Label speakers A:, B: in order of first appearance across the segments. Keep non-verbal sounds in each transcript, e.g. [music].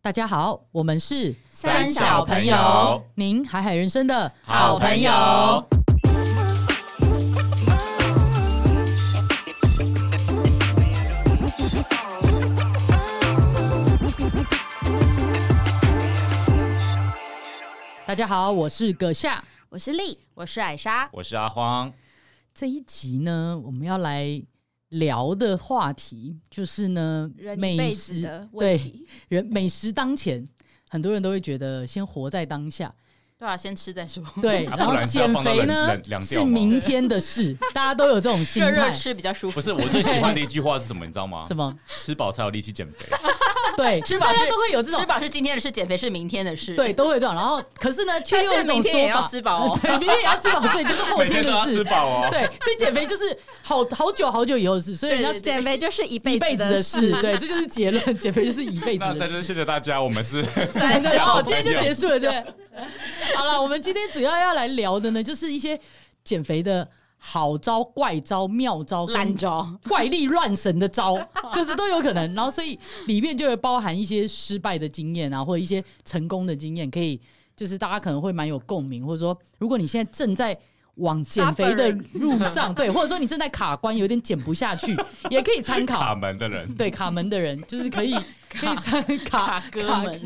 A: 大家好，我们是
B: 三小朋友，
A: 您海海人生的
B: 好朋友。
A: 大家好，我是葛夏。
C: 我是丽，我是艾莎，
B: 我是阿荒，
A: 这一集呢，我们要来聊的话题就是呢，
C: 人一辈
A: 美
C: 子
A: 食
C: 的问
A: 对
C: 题，
A: 人美食当前，很多人都会觉得先活在当下，
C: 对啊，先吃再说，
A: 对，
B: 啊
A: 然
B: 不
A: 后
B: 然是要
A: 减
B: 放到
A: 肥
B: 冷
A: 呢
B: 冷凉掉
A: 是
B: 吗
A: 明天的
B: [laughs]
A: 事，大家都有这种心
C: 热热
A: 态。
C: 吃比较舒服
B: 不。是我最喜欢的一句话是什么？你知道吗
A: 什？么？
B: 吃饱才有力气减
A: [laughs]
B: 肥。
A: 对，
C: 吃饱
A: 大家
C: 是
A: 都会有这种
C: 吃，饱是今天的事，减肥是明天的事。
A: 对，，都会有这种。然后，可是呢，却
C: 但
A: 又有
C: 是
A: 一种
C: 明天也
A: 说
C: 要
A: 法，
C: 吃饱哦
A: [laughs] 。对，明天也要吃饱，所以就是后
B: 每
A: 天
B: 天都
A: 的
B: 要吃
A: 事。
B: 饱哦。
A: [laughs] 对，所以减肥就是好好久好久以后的事，所以人家
C: 对
D: 减肥就是一
A: 一
D: 辈
A: 辈
D: 子
A: 子的
D: 的
A: 事，对，这就是结论，减肥就是一辈子
B: 那
A: 的
B: 在
A: 事
B: 这。谢谢大家，我
A: [laughs]
B: 们是
C: 三
A: 然后
B: 小
A: 今天就结束了，对不对。好了，我们今天主要要来聊的呢，就是一些减肥的好招、怪招、妙招、
C: 烂、招，
A: 怪力乱神的招， [laughs] 就是都有可能。然后，所以里面就会包含一些失败的经验啊，或者一些成功的经验，可以就是大家可能会蛮有共鸣，或者说，如果你现在正在。往减 [laughs] 肥的
D: Suffering
A: 路上，对，或者说你正在卡关，有点减不下去，也可以参考。
B: 卡门的人。
A: 对卡门的人，就是可以可以参 [laughs]
C: 卡
A: 卡
C: 哥们，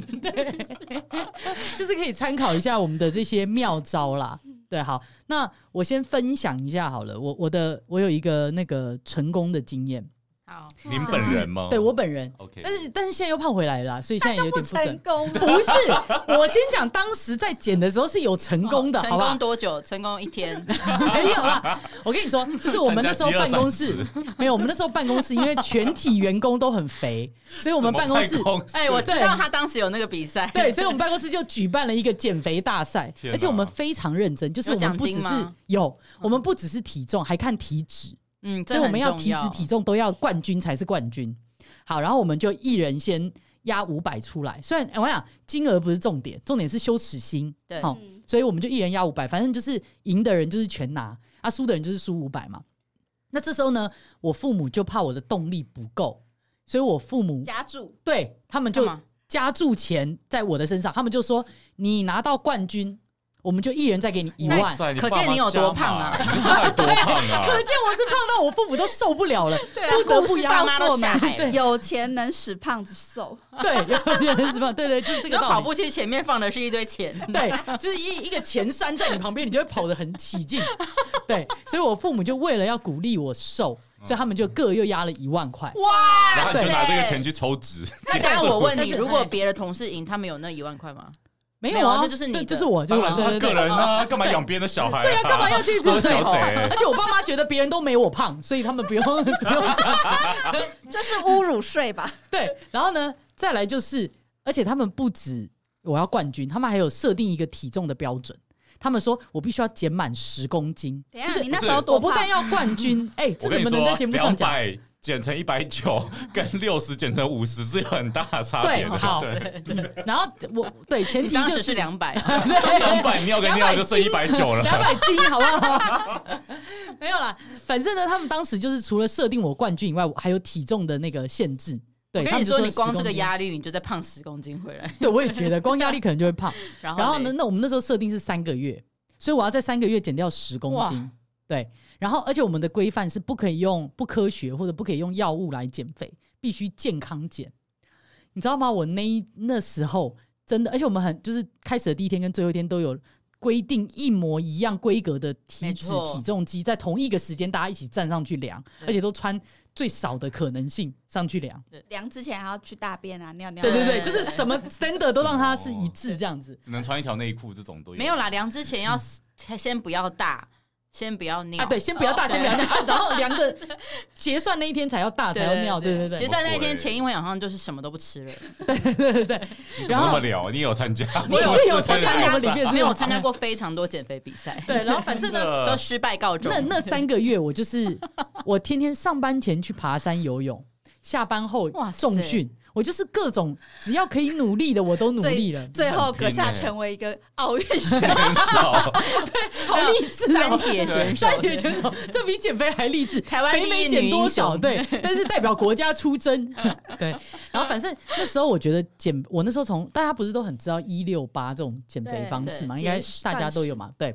A: 就是可以参考一下我们的这些妙招啦。对，好，那我先分享一下好了。我我的我有一个那个成功的经验，
C: 好，
B: 您本人吗？
A: 对我本人，
B: OK，
A: 但是但是现在又胖回来了啦，啊所以现在有
D: 不
A: 点不准
D: 成。功
A: 不是，我先讲，当时在减的时候是有成功的，
C: 哦成
A: 好不好
C: 功？多久？成功一天，
A: 没有啦，我跟你说，就是我们那时候办公室
B: 参加
A: 没有，我们那时候办公室因为全体员工都很肥，所以我们办公室
B: 什么办公室
C: 哎，我知
A: 对
C: 道他当时有那个比赛，
A: 对，所以我们办公室就举办了一个减肥大赛，
B: 天哪
A: 而且我们非常认真，就是我们不只
C: 有奖金
A: 是
C: 吗
A: 有，我们不只是体重，还看体脂，
C: 嗯，
A: 所
C: 这
A: 以
C: 很
A: 我们要
C: 重
A: 体脂体重都要冠军才是冠军。好，然后我们就一人先压五百出来，虽然哎我想金额不是重点，重点是羞耻心，
C: 对
A: 好
D: 嗯
A: 所以我们就一人压五百，反正就是赢的人就是全拿，啊，输的人就是输五百嘛。那这时候呢，我父母就怕我的动力不够，所以我父母
D: 加注，
A: 对他们就
C: 干嘛
A: 加注钱在我的身上，他们就说你拿到冠军，我们就一人再给你一
B: 哇
A: 万。
B: 塞
C: 可见你有多胖啊！
B: 你爸妈加码你是到底多胖啊！
A: [laughs] 可见我是胖到我父母都受不了了，
C: [laughs]
D: 啊
A: 不得
C: 胡
A: 不
C: 适
A: 压
C: 大妈都
A: 迫
C: 吓
A: 买。
C: 坏了
A: 对
D: 有钱能使胖子瘦，
A: [laughs] 对，有些人是吧？对对，就是这
C: 这
A: 个
C: 个
A: 道
C: 跑
A: 理。
C: 步机前面放的是一堆钱，
A: 对，就是一一个前山在你旁边，你就会跑得很起劲。对，所以我父母就为了要鼓励我瘦，所以他们就各又压了一万块。
C: 哇
B: 然后你就拿这个钱去抽脂，
C: 那等一下我问你，
A: 但是
C: 如果别的同事赢，他们有那一万块吗？
A: 没
C: 没有
A: 有
C: 啊
A: 啊，
C: 那就是你的
A: 对就是我，就是我，
C: 哦
A: 对对对
B: 个。人啊，干嘛养别人的小孩？
A: 对啊，干嘛要去
B: 做
A: 这
B: 小
A: 而
B: 贼？
A: 且我爸妈觉得别人都没我胖，所以他们不用 [laughs] 不用这样。
D: 这是侮辱税吧？
A: 对，然后呢，再来就是，而且他们不止我要冠军，他们还有设定一个体重的标准。他们说我必须要减满十公斤，
D: 等一下
A: [laughs] 就是
D: 你那时候
A: 我
D: 多
A: 不
D: 胖
A: 但？要冠军，哎、这
B: 我跟
A: 怎
B: 你
A: 么能
B: 说
A: 在节，目上
B: 两
A: 讲？
B: 百减成一百九，跟六十减成五十是有很大的差别
A: 对，
B: 的。
A: 好 [laughs]
B: 对，
A: 然后我对前
C: 你
A: 提
C: 当
A: 就
C: 时是两
A: [laughs]
C: 百，啊
B: 两百尿跟尿就剩一百九了。
A: 两百斤，好不好？ [laughs] 没有啦，反正呢，他们当时就是除了设定我冠军以外，我还有体重的那个限制。对，
C: 我
A: 他
C: 跟
A: 们
C: 你
A: 就
C: 说，你光
A: 10
C: 这个
A: 公斤，
C: 压力，你就再胖十公斤
A: [laughs]
C: 回来。
A: 对我也觉得光压力可能就会胖。
C: 然后
A: 然后呢，
C: 嘞？
A: 那我们那时候设定是三个月，所以我要在三个月减掉十公斤
C: 哇。
A: 对，然后而且我们的规范是不可以用不科学或者不可以用药物来减肥，必须健康减。你知道吗？我那一那时候真的，而且我们很就是开始的第一天跟最后一天都有规定一模一样规格的体
C: 没
A: 脂、
C: 错
A: 体重机，在同一个时间大家一起站上去量，
C: 对
A: 而且都穿最少的可能性上去量。
D: 量之前还要去大便啊，尿尿啊。
A: 对对
C: 对
A: 对，就是什么 standard 都让它是一致这样子。
B: 只能穿一条内裤这种都有。
C: 没有啦，量之前要先不要大，先不要
A: 嗯
C: 尿
A: 啊，对，，先不要大，先不要尿， [laughs] 然后量的结算那一天才要大，才要尿，对对
C: 结
A: 对
C: 算那一
B: 什么
C: 天
B: 鬼
C: 前一晚晚上就是什么都不吃了，
A: 对对对。
B: 你怎
A: 然
B: 么
A: 后
B: 那么聊，你有参加？
A: 你是有参加
C: 我
A: 我
C: 有
A: 们里面是
C: 没有我
A: 有
C: 参加过非常多减肥比赛，
A: [laughs] 对，然后反正
B: 真 [laughs]
A: 呢，
C: 都
B: 的，
C: 失败告终
A: 那。那三个月我就是我天天上班前去爬山游泳，下班后
C: 哇塞
A: 重训，我就是各种只要可以努力的我都努力了，
D: 最后阁下
B: 很拼欸
D: 成为一个奥运选手，
C: [laughs]
B: 很少。
A: 好励志
C: 三
A: 哦。
C: 铁选手，
A: [laughs] 三铁选
C: [laughs]
A: 手，这比减肥还励志。
C: 台湾
A: 肥
C: 第一
A: 没
C: 女
A: 减多
C: [laughs] 英
A: 少，
C: 雄， [laughs] 嗯
A: [laughs] 对，但是代表国家出征，对。然后反反正那时候我觉得减，我那时候从大家不是都很知道一六八这种减肥
D: 对
A: 方式嘛，应
D: 对
A: 该
D: 节食
A: 大家
D: 断
A: 都有嘛。对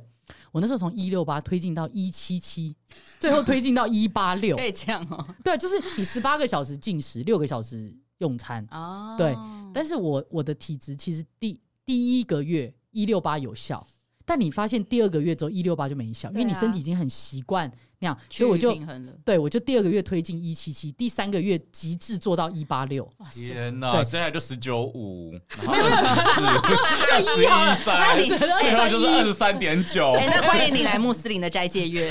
A: 我那时候从一六八推进到一七七，最后推进到一八六
C: 可，以这样哦。
A: 对，就是你十八个小时进食，六个小时用餐。
C: 哦，
A: 对但是我我的体质其实第第一个月一六八有效，但你发现第二个月之后一六八就没效，因为
D: 对啊
A: 你身体已经很习惯那样，
C: 趋
A: 所以我
C: 于
A: 就
C: 平衡了。
A: 对我就第二个月推进一七七，第三个月极致做到一八六，
C: 哇塞，
B: 天哪，
A: 对
B: 现在就十九五，然后二十四，十一
C: [laughs] 那
B: 三，
C: 你哎
B: 最后
A: [laughs] 对
B: 就是二十三点九。
C: 哎，那欢迎你来穆斯林的斋戒
A: [laughs]
C: 月。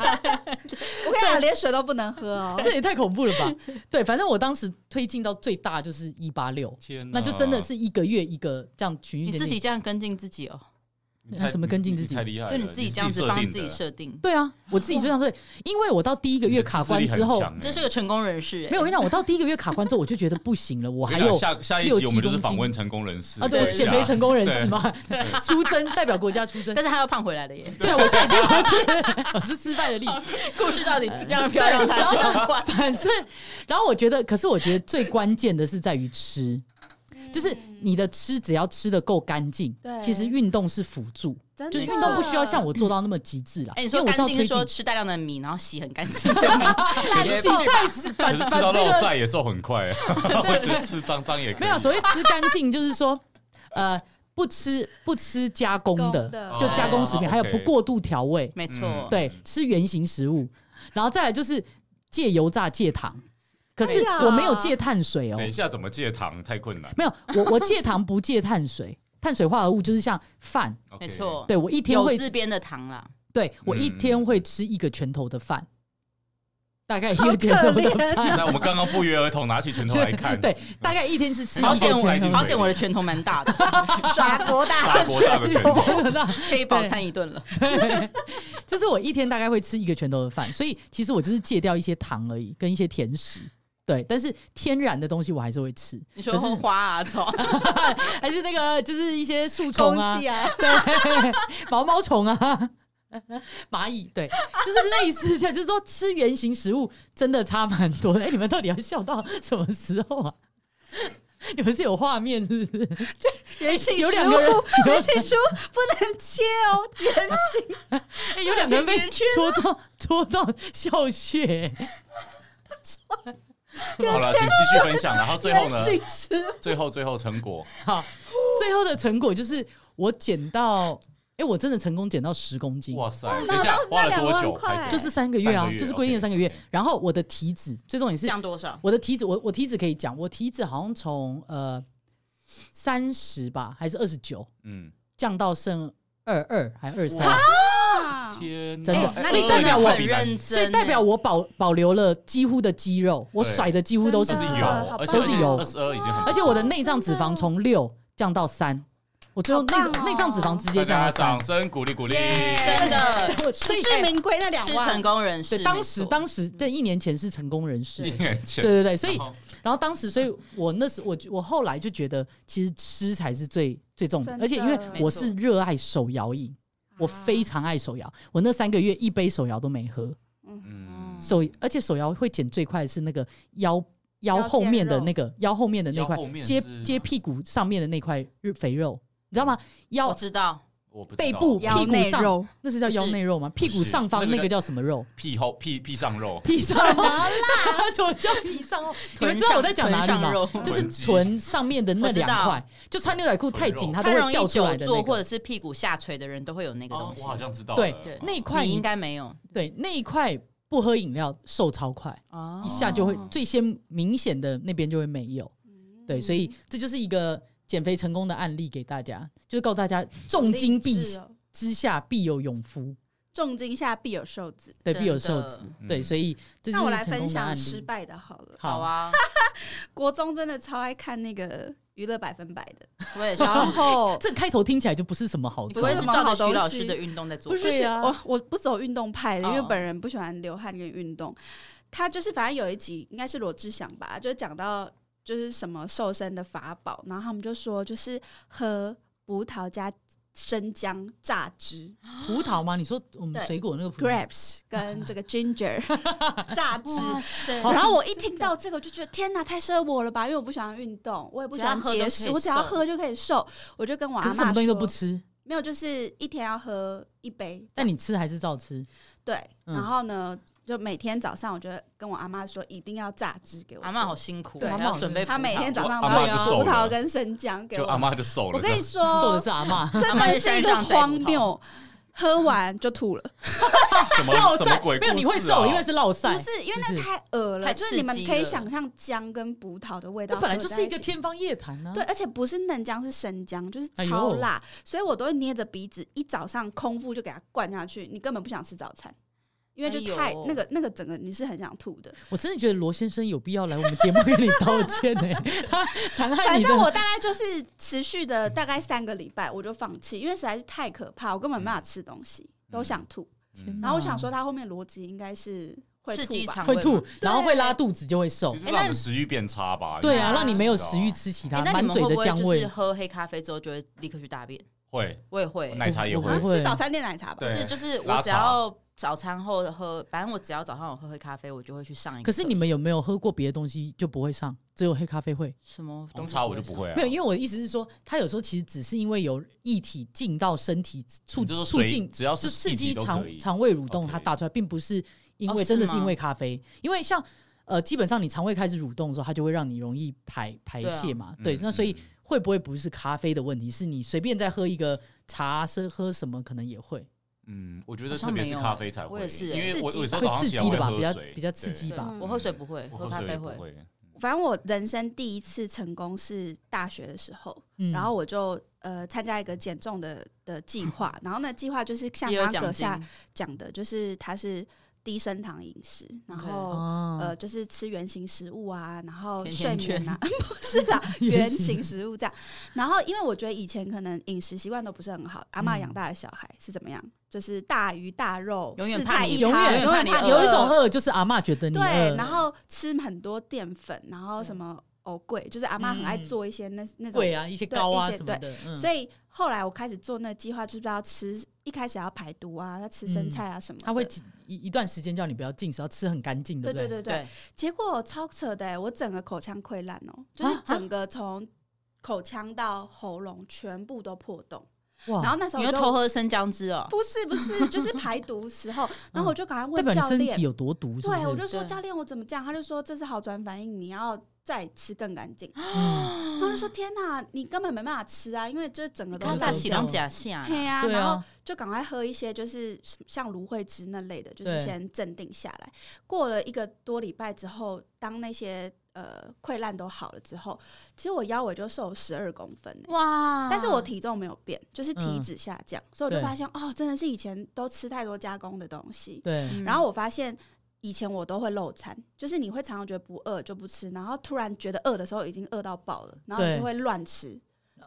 D: 我跟你讲，连水都不能喝
A: [laughs]
D: 哦。
A: 这也太恐怖了
C: [laughs]
A: 吧？对，反正我当时推进到最大就是一八六，
B: 天哪，
A: 那就真的是一个月一个这样循序
C: 你
A: 渐
C: 自己
A: 进。
C: 这样跟进自己哦，
B: 你太
A: 什么跟进自己
B: 你太厉害了，
C: 就你自己这样子
B: 设
C: 帮
B: 定
C: 自己
B: 的
C: 设定，
A: 对啊，我自己就像是，因为我到第一个月卡关之
B: [laughs]
A: 后，
B: 欸
C: 这是个成功人士。哎
A: 没有，我跟你讲，我到第一个月卡关之后，我就觉得不行了，我
B: 我
A: 还有
B: 啊下下一
A: 六
B: 集
A: 七
B: 我们就是
A: 公斤
B: 访问成功人士
A: 啊，
B: 国
A: 对，
B: 家
A: 减肥成功人士嘛，出征代表国家出征
C: [laughs] 但。是他又胖回来
A: [laughs]
C: 了耶。
A: 对，我现在已经不是我是失败的例子，
C: 故事到底让不
A: 对，
C: 要让他
A: 然
C: 这样？
A: 后呢反正，然后我觉得，可是我觉得最关键的是在于吃，就是
D: 嗯
A: 你的吃只要吃的够干净，
D: 对
A: 其实运动是辅助，
D: 真
A: 就
D: 的
A: 运动不需要像我做到那么极致啦。
C: 哎，你说
A: 因为我是要
C: 干净是
A: 推
C: 说
A: 进
C: 吃大量的米，然后洗很
A: [laughs]
C: 干净。 [laughs]
B: 可是
A: 洗菜是
B: 可
A: 反
B: 是吃
A: 反
B: 到
A: 那
B: 肉
A: 个
B: 晒也瘦很快， [laughs] 我觉得吃脏脏也可以。
A: 没有所谓吃干净，就是说呃不吃不吃加工的，
D: 的
A: 就加工食品，
B: 哦
A: 还有
B: OK
A: 不过度调味，
C: 没错
B: 嗯，
A: 对，吃原形食物，然后再来就是戒油炸、戒糖。可
C: 哎
A: 是
D: 对啊
A: 我没有戒碳水哦
B: 等，一下怎么戒糖太困难。
A: 没有，我我戒糖不戒碳水，碳水化合物就是像饭，
B: OK
C: 没，错，
A: 对我一天
C: 有
A: 会，
C: 字边的糖啦。
A: 对我一天会吃一个拳头的饭，大概一个拳
D: 可
A: 头
D: [laughs]
A: 的
D: 怜
A: 饭，
B: 那我们刚刚不约而同拿起拳头来
A: [laughs]
B: 看，
A: 对，大概一天是吃一
C: 好
A: 个
C: 险
A: 拳头
B: 塞
A: 的
B: 进嘴
C: 我，
A: 饭
C: 好险我的拳头蛮
A: [laughs]
C: 大的，
D: 法国
C: [laughs]
D: 大
B: 法国大的拳头，
C: 可以饱餐一顿了。
A: 就是我一天大概会吃一个拳头的饭，所以其实我就是戒掉一些糖而已，跟一些甜食。对，但是天然的东西我还是会吃，
C: 你说
A: 可是
C: 花啊草，
A: 还是那个就是一些树
D: 攻
A: 虫啊 [laughs]
D: 击，啊，
A: 对，毛毛虫啊，蚂蚁，对，就是类似这样，就是说吃原形食物真的差蛮多的。哎、你们到底要笑到什么时候啊？ [laughs] 你们是有画面是不是？
D: 原形
A: 有
D: 食
A: 两个人
D: [laughs] 物，原形食物不能切
A: [laughs]
D: 哦，原形
A: 哎、有两个人被
D: 啊
A: 戳到戳到笑穴、
B: 好了，请继续分享。然后最后呢
D: [laughs] 原？形食物
B: 最后最后成果，
A: 好，最后的成果就是我减到，哎、我真的成功减到十公斤，
B: 哇塞！等一下花了多久开始？
A: 就是三个月
B: 三
A: 啊
B: 个，月
A: 就是规定的
B: OK，
A: 三个月
B: OK。
A: 然后我的体脂，最重点是
C: 降多少？
A: 我的体脂，我我体脂可以讲，我体脂好像从呃三十吧，还是二十九，
B: 嗯，
A: 降到剩二二还二三，
B: 哇
D: 啊，
B: 天
A: 真的
B: 哪！
A: 所以
C: 你
A: 代
C: 真
A: 表
C: 的
A: 我
C: 很认
A: 所以
C: 真，欸
A: 代表我保保留了几乎的肌肉，我
B: 对
A: 甩的几乎都是
D: 真
A: 脂
D: 的哦
B: 是
A: 肪，
B: 有，而且二十二已经很，
A: 而且我的内脏脂肪从六降到三，我最后内
D: 好棒哦
A: 内脏脂肪直接降
B: 大家
A: 到三
B: 掌，声鼓励鼓励。
D: 耶
C: 真的
A: 我 [laughs] 所以哎
D: 志明归那两
C: 是成
D: 万，
C: 功人士
A: 对。当时
C: 没错
A: 当时这一年前是成功人
B: [laughs]
A: 士
B: 一，年
A: 对
B: 前，
A: 对对，所以
B: 然后
A: 然后当时，所以我那时我我后来就觉得，其实吃才是最最重点
D: 真，的啊
A: 而且因为我是
C: 没
A: 热爱手摇饮，我非常爱手摇，我那三个月一杯手摇都没喝，
D: 啊
B: 嗯，
A: 手而且手摇会减最快的是那个腰腰后面的那个腰后面的那块
B: 腰后面
A: 接
B: 是
A: 接屁股上面的那块肉肥肉，你知道吗？
C: 我
A: 腰
C: 知道，
B: 我不知道
A: 背部
D: 腰
A: 屁股
D: 内
A: 上
D: 肉
A: [laughs]
D: [laughs]
A: 那是叫
C: 不是
A: 腰内肉吗？
B: 是
A: 屁股上方
B: 那
A: 那
B: 个
A: 个叫什么肉？
B: 屁后屁屁上肉，
A: 屁上肉， [laughs] 什么叫屁上肉？你们知道我在讲哪里吗？
C: [laughs] 吗
A: 就是臀上面的那两块，就穿牛仔裤太紧，它都
C: 他容
A: 会掉
C: 易
A: 出来
C: 久
A: 的
C: 坐
A: 那
C: 或
A: 个。
C: 者是屁股下垂的人都会有那个
B: 哦
C: 东，西
B: 我。好像知道了，嗯
A: 对
C: 对
A: 那一块
C: 你
A: 你
C: 应该没有
A: 对那一块不喝饮料瘦超快，
C: 哦
A: 一下就会最先明显的那边就会没有。
D: 嗯
C: 嗯
A: 对，所以这就是一个减肥成功的案例给大家，就是告诉大家重金必
D: 励志哦
A: 之下必有勇夫，
D: 重金下必有瘦子。
A: 对，
C: 真的
A: 必有瘦子。对，
B: 嗯
A: 所以这就
D: 那我
A: 是
D: 来
A: 成
D: 分
A: 功的
D: 享
A: 案
D: 失
A: 例。
D: 败的好了。
C: 好，啊，
D: 国中真的超爱看那个娱乐百分百
A: [laughs]
D: 的，
C: 我也是。
D: 然后
A: 这开头听起来就不是什么好
C: 你
A: 做
C: 不会
D: 不
C: 是
D: 是
C: 照着
D: 什么好
C: 徐老
D: 东
C: 师
D: 西
C: 的运动在做
D: 不
C: 吧？
D: 是
A: 对啊
D: 我我不走运动派的，因为
C: 哦
D: 本人不喜欢流汗跟运动。他就是反正有一集应该是罗志祥吧，就讲到就是什么瘦身的法宝，然后他们就说就是喝葡萄加生姜榨汁
A: 葡萄吗？你说我们
D: 对
A: 水果那个葡萄
D: （grapes） 跟这个 ginger 榨汁。
C: 塞
D: 然后我一听到这个，我就觉得天哪，太适合我了吧！因为我不喜欢运动，我也不喜欢
C: 只要喝都
D: 节
C: 可以
D: 食，我只要
C: 瘦
D: 喝就可以瘦。我就跟我
A: 可
D: 阿
A: 是
D: 妈
A: 什
D: 说
A: 么东西都不吃，
D: 没有，就是一天要喝一杯。
A: 但你吃还是照吃。
D: 对，
A: 嗯
D: 然后呢，就每天早上，我就跟我阿妈说，一定要榨汁给我。
C: 阿妈好，辛苦，
D: 对
C: 还要准备葡萄，
D: 她每天早上都
B: 阿
A: 嬷
D: 要
A: 就
D: 煮
A: 瘦
D: 葡
B: 了
D: 萄跟生姜给
B: 就
D: 我。
B: 阿妈就瘦了。
D: 我跟你
A: 瘦的
D: 说，
A: 是阿妈，
D: 这真的是一个荒谬。喝完就吐了，
A: [laughs]
B: 什么
A: 落
B: 什么
A: 晒
B: 鬼故事
A: 没有
B: 啊？
A: 你会瘦，因为是落
D: 不
A: 晒。
D: 是因为
A: 不
D: 那
A: 是
D: 太恶了，
C: 太
D: 就是
C: 刺
D: 你们
C: 激
D: 可以
C: 了
D: 想象姜跟葡萄的味道
A: 那
D: 合
A: 本来
D: 在一起，
A: 就是一个天方夜谭啊。
D: 对，，而且不是嫩姜是生姜，就是
A: 哎
D: 超
A: 呦
D: 辣，所以我都会捏着鼻子，一早上空腹就给它灌下去，你根本不想吃早餐，因为就太、
C: 哎呦
D: 那个那个整个你是很想
A: [laughs]
D: 吐的。
A: 我真的觉得罗先生有必要来我们节目跟你道歉
C: [laughs]
A: 呢、他残害
D: 反
A: 你的
D: 正。我大概就是持续的大概三个礼拜，我就放弃，因为实在是太可怕，我根本没办法吃东西，都想吐。
B: 嗯
A: 天哪
D: 然后我想说，它后面逻辑应该是会
C: 刺
D: 吐
C: 激
D: 吧。
C: 肠
A: 会吐
C: 吗，
A: 然后会拉肚子就会瘦
B: 其。实让我们食欲变差吧。
A: 哎对啊，
C: 啊
A: 让你没有食欲吃其
C: 哎
A: 他，
C: 那
A: 满
C: 你们
A: 嘴
C: 会
A: 的
C: 不会
A: 姜
C: 就是
A: 味。
C: 喝黑咖啡之后就会立刻去大便？
B: 会
C: 我也会，
B: 奶茶也
A: 我
B: 会
A: 不会
D: 是早餐店奶茶吧
C: 不？
B: 对
C: 是就是
B: 拉
C: 我
B: 茶
C: 只要早餐后喝，反正我只要早上有喝黑咖啡，我就会去上一个
A: 可
C: 厕所。
A: 是你们有没有喝过别的东西就不会上，只有黑咖啡会？
C: 什么东
B: 红
C: 西
B: 茶我就
C: 上
B: 不。会啊，
A: 没有，因为我的意思是说，它有时候其实只是因为有液体进到身体促
B: 你就说
A: 促
B: 水
A: 进，
B: 只要
A: 就是刺
B: 液体
A: 激
B: 都
A: 肠
B: 可以
A: 肠胃蠕动，
B: OK
A: 它打出来，并不是因
C: 哦
A: 为
C: 是
A: 真的是因
C: 吗
A: 为咖啡，因为像呃，基本上你肠胃开始蠕动的时候，它就会让你容易排排
C: 对啊
A: 泄嘛，对，那所以
B: 嗯
A: 会不会不是咖啡的问题，是你随便再喝一个茶，是喝什么可能也会，
B: 嗯，我觉得
C: 好
B: 特
C: 像
B: 别
C: 没
B: 是
C: 有
B: 咖
C: 欸
B: 啡才
C: 我
B: 会，
C: 也是
B: 因
C: 欸
B: 为我
C: 刺激
B: 有时候
A: 会
B: 早上
A: 刺
B: 起来
A: 激的
B: 会
A: 吧，
B: 喝
A: 比较
B: 水
A: 比较刺
B: 对
A: 激
C: 对
A: 吧。
C: 我喝水不会，
B: 我
C: 喝
B: 喝
C: 咖
B: 水
C: 啡
B: 也不
C: 会。
B: 会。
D: 反正我人生第一次成功是大学的时候，
A: 嗯
D: 然后我就呃参加一个减重的的计划，然后那计划就是像
C: 嗯也有
D: 刚刚
C: 奖
D: 阁下
C: 金，
D: 讲的，就是它是低升糖饮食，然
C: OK
D: 后
A: 啊
D: 呃，就是吃圆形食物啊，然后
C: 甜
D: 睡
C: 甜
D: 眠
C: 圈
D: 啊， [laughs] 不是
C: [laughs]
D: 啦，圆
A: 圆
D: 形食物这样。然后，因为我觉得以前可能饮食习惯都不是很好，阿妈
A: 嗯
D: 养大的小孩是怎么样？就是大鱼大肉，
C: 永远
D: 四
C: 怕
D: 菜
C: 你
D: 一
A: 永
D: 汤，
A: 远
D: 永
C: 怕
D: 远
C: 你
D: 怕
C: 饿
D: 你
A: 啊有一种饿，就是阿嬷觉得你饿
D: 对，，然后吃很多淀粉，然后什么藕桂，就是阿妈很爱
A: 嗯
D: 做一些那那种
A: 贵啊，一些高啊
D: 对一些
A: 什么的，嗯
D: 所以后来我开始做那个计划，就是要吃，一开始要排毒啊，要吃生
A: 嗯
D: 菜啊什么的。
A: 他会几一一段时间叫你不要进食，要吃很干净，
D: 对
A: 不对？
D: 对对，
C: 对，
D: 结果超扯的欸，我整个口腔溃烂哦，就是
A: 啊
D: 整个从口腔到喉咙全部都破洞。然
A: 哇，
D: 后那时候
C: 你
D: 我
C: 又
D: 就
C: 偷喝生姜汁哦。
D: [laughs] 不是不是，就是排毒
A: [laughs]
D: 时候，然后我就赶快
A: 代
D: 问
A: 表你
D: 教
A: 嗯身
D: 练
A: 体，有多毒，是不是？
D: 对我就说
C: 对
D: 教练我怎么这样，他就说这是好转反应，你要再吃更干净。
A: 嗯
D: 然后我就说天哪，你根本没办法吃啊，因为就是整个
C: 你
D: 都
C: 刚
A: 在
C: 才
A: 洗
C: 洗
A: 到
C: 当假下，
D: 嘿呀、
A: 对啊
D: 然后就赶快喝一些，就是像芦荟汁那类的，就是
A: 对
D: 先镇定下来。过了一个多礼拜之后，当那些呃溃烂都好了之后，其实我腰围就瘦十二公分、欸。
C: 哇！
D: 但是我体重没有变，就是体
A: 嗯
D: 脂下降，所以我就
A: 对
D: 发现哦，真的是以前都吃太多加工的东西。
A: 对，
C: 嗯，
D: 然后我发现以前我都会漏餐，就是你会常常觉得不饿就不吃，然后突然觉得饿的时候已经饿到爆了，然后你
A: 对
D: 就会乱吃，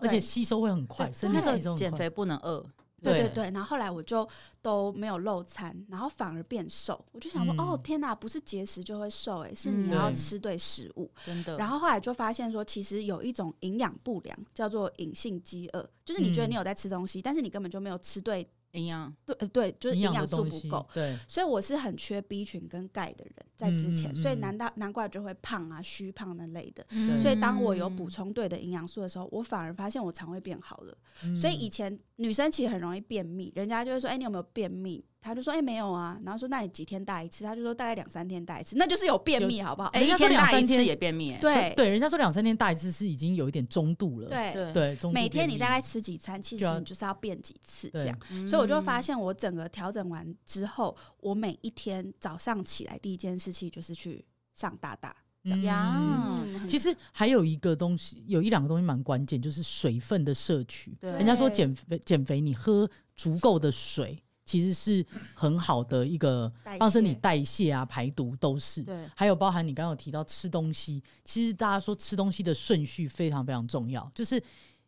A: 而且吸收会很快，
C: 对
A: 身体
C: 那
A: 吸
C: 个
A: 收很
C: 减
A: 快。
C: 肥不能饿，
D: 对对
A: 对
D: 对，然后后来我就都没有漏餐，然后反而变瘦。我就想说，
A: 嗯
D: 哦天哪，不是节食就会瘦、欸，是
C: 嗯
D: 你要
A: 对
D: 吃对食物。
C: 真的。
D: 然后后来就发现说，其实有一种营养不良叫做隐性饥饿，就是你觉得
A: 嗯
D: 你有在吃东西，但是你根本就没有吃对
C: 营养
D: 对呃对，就是营
A: 养
D: 养
A: 的
D: 素
A: 东
D: 不
A: 西
D: 够。，
A: 对，
D: 所以我是很缺 B 群跟钙的人，在之前，
A: 嗯嗯
D: 所以
A: 嗯
D: 难道难怪就会胖啊、虚胖那类的。
A: 对
D: 所以当我有
A: 嗯
D: 补充对的营养素的时候，我反而发现我肠胃变好了。所以以
A: 嗯
D: 前女生其实很容易便秘，人家就会说：“哎、你有没有便秘？”她就说：“哎、没有啊。”然后说：“那你几天大一次？”她就说：“大概两三天大一次。”那就是有便秘，好不好？
C: 哎，
A: 人
C: 一
A: 家说
C: 天
A: 两
C: 大
A: 三
C: 一次
A: 天
C: 也便秘，哎
D: 对
A: 对，人家说两三天大一次是已经有一点中度了，
D: 对
C: 对，
A: 对，中度
D: 每天
A: 便
D: 你
A: 秘
D: 大概吃几餐，其实
A: 就要
D: 你就是要变几次这
A: 对嗯
D: 样。所以我就发
C: 现
D: 现，我整个调整完之后，我每一天早上起来第一件事情就是去上大大。
A: 嗯
C: 呀
D: 嗯，
A: 其实还有一个东西，有一两个东西蛮关键，就是水分的摄取。
C: 对
A: 人家说减肥减肥，你喝足够的水其实是很好的一个
D: 代
A: 帮身体
D: 谢
A: 代谢啊、排毒都是。
C: 对
A: 还有包含你刚刚有提到吃东西，其实大家说吃东西的顺序非常非常重要，就是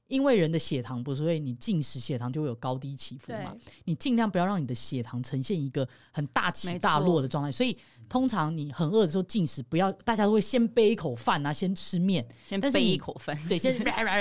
A: 因为人的血糖不是所以你进食血糖就会有高低起伏
D: 对
A: 嘛，你尽量不要让你的血糖呈现一个很大起大落的状态。所以通常你很饿的时候进食，不要大家都会先背一口饭啊，先吃面，
C: 先
A: 但是
C: 背
A: 你
C: 一口饭。
A: 对，先 [laughs]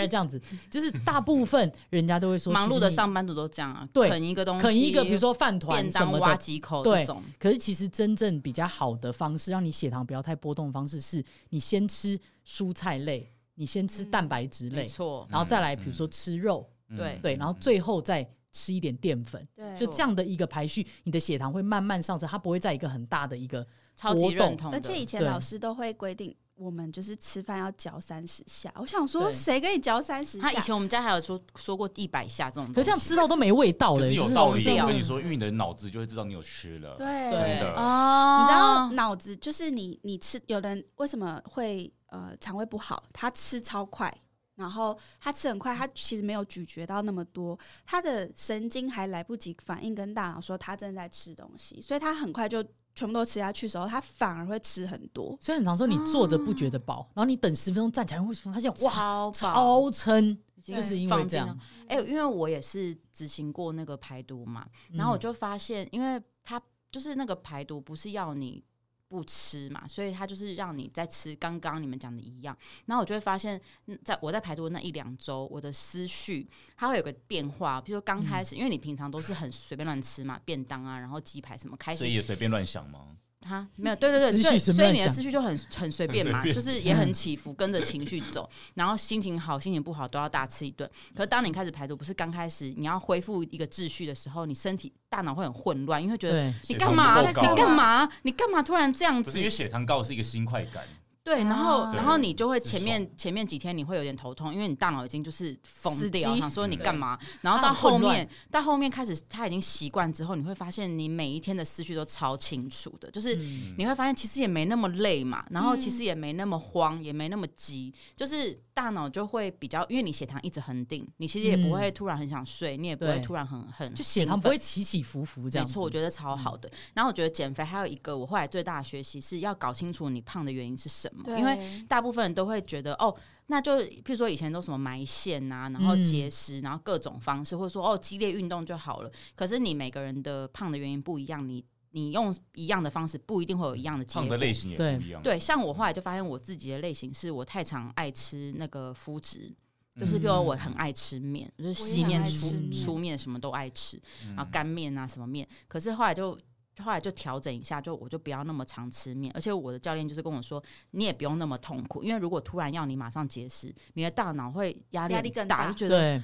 A: 这样子，就是大部分人家都会说
C: 忙碌的。
A: 其实
C: 上班族都这样啊，
A: 对
C: 啃一个东
A: 你
C: 西，
A: 啃一个，比如说饭团
C: 便
A: 什
C: 当
A: 么
C: 挖
A: 的，
C: 几口
A: 对
C: 这种，
A: 可是其实真正比较好的方式，让你血糖不要太波动的方式，是你先吃蔬菜类，你先吃蛋白质类
C: 没，错，
A: 然后再来
B: 嗯
A: 比如说吃肉，
B: 嗯
C: 对
A: 对，然后最后再吃一点淀粉，
D: 对，
A: 就这样的一个排序，你的血糖会慢慢上升，它不会在一个很大的一个
B: 嗯
C: 超级认同的。
D: 而且以前
A: 对
D: 老师都会规定我们就是吃饭要嚼三十下，我想说
A: 对
D: 谁跟你嚼三十
C: 他以
D: 下？
C: 前我们家还有说说过一百下这种东西，
A: 可是这样吃到都没味道
B: 可
A: 了，
B: 是有
A: 就是
B: 道
C: 疯
B: 理。啊
C: 掉
B: 我跟你说，因为你的脑子就会知道你有吃了。
D: 对，
A: 真
B: 的
C: 哦，
A: 啊
D: 你知道脑子就是你，你吃有人为什么会呃肠胃不好？他吃超快，然后他吃很快，他其实没有咀嚼到那么多，他的神经还来不及反应跟大脑说他正在吃东西，所以他很快就全部都吃下去的时候，他反而会吃很多。
A: 所以很常说你坐着不觉得饱，然后你等十分钟站起来会发现哇
C: 哇，
A: 超撑，
C: 已
A: 就是
C: 经
A: 因为
C: 放
A: 这
C: 进了
A: 样。
C: 哎、因为我也是执行过那个排毒嘛，然后我
A: 嗯
C: 就发现，因为它就是那个排毒不是要你不吃嘛，所以它就是让你在吃刚刚你们讲的一样。然后我就会发现，嗯在我在排毒的那一两周，我的思绪它会有个变化，比如说刚
B: 嗯
C: 开始，因为你平常都是很随便乱吃嘛，便当啊，然后鸡排什么，开
B: 所
C: 始
B: 以也随便乱想吗？
C: 哈，没有，对对
A: 思绪
C: 对，所以
A: 随
C: 所
A: 便
C: 以你的
A: 想
C: 思绪就很很随便嘛，就是也很起伏，跟着情绪走，然后心情好、心情不好都要大吃一顿。可是当你开始排毒，不是刚开始你要恢复一个秩序的时候，你身体大脑会很混乱，因为会觉得
A: 对，
C: 你
B: 血
C: 干
B: 糖
C: 嘛？
B: 不
C: 你
B: 够高
C: 干
B: 了？
C: 嘛？你干嘛突然这样
B: 不
C: 子
B: 是？因为血糖高是一个新快感，
C: 对，然后
D: 啊
C: 然后你就会
B: 是
C: 前面前面几天你会有点头痛，因为你大脑已经就是
D: 死
C: 疯掉，
D: 机
C: 想说你
A: 对
C: 干嘛？然后
A: 它
C: 到
A: 很
C: 后
A: 混乱
C: 面到后面开始他已经习惯之后，你会发现你每一天的思绪都超清楚的，就是
A: 嗯
C: 你会发现其实也没那么累嘛，然后
D: 嗯
C: 其实也没那么慌，也没那么急，就是大脑就会比较，因为你血糖一直恒定，你其实也不会突然很想睡，你也不会
A: 嗯对
C: 突然很很
A: 就血糖
C: 兴
A: 不
C: 奋
A: 会起起伏伏这样
C: 没
A: 子。嗯
C: 错，我觉得超好的。然后我觉得减肥还有一个我后来最大的学习是要搞清楚你胖的原因是什么，
D: 对，
C: 因为大部分人都会觉得哦，那就譬如说以前都什么埋线啊，然后
A: 嗯
C: 节食，然后各种方式，或者说哦激烈运动就好了。可是你每个人的胖的原因不一样，你你用一样的方式不一定会有一样的结
B: 胖的
C: 果。
B: 类型也
A: 对
B: 不一样。
C: 对，像我后来就发现我自己的类型是我太常爱吃那个麸质。就是
B: 嗯
C: 比如我很爱吃面，就是
D: 我也
C: 细
D: 很
C: 面、
D: 爱
C: 粗
D: 吃
A: 面
C: 粗面什么都爱吃，
B: 嗯，
C: 啊，干面啊，什么面。可是后来就后来就调整一下，就我就不要那么常吃面，而且我的教练就是跟我说，你也不用那么痛苦，因为如果突然要你马上节食，你的大脑会压力
D: 压
C: 很
D: 力更
C: 大，
D: 大
C: 就觉得
A: 对，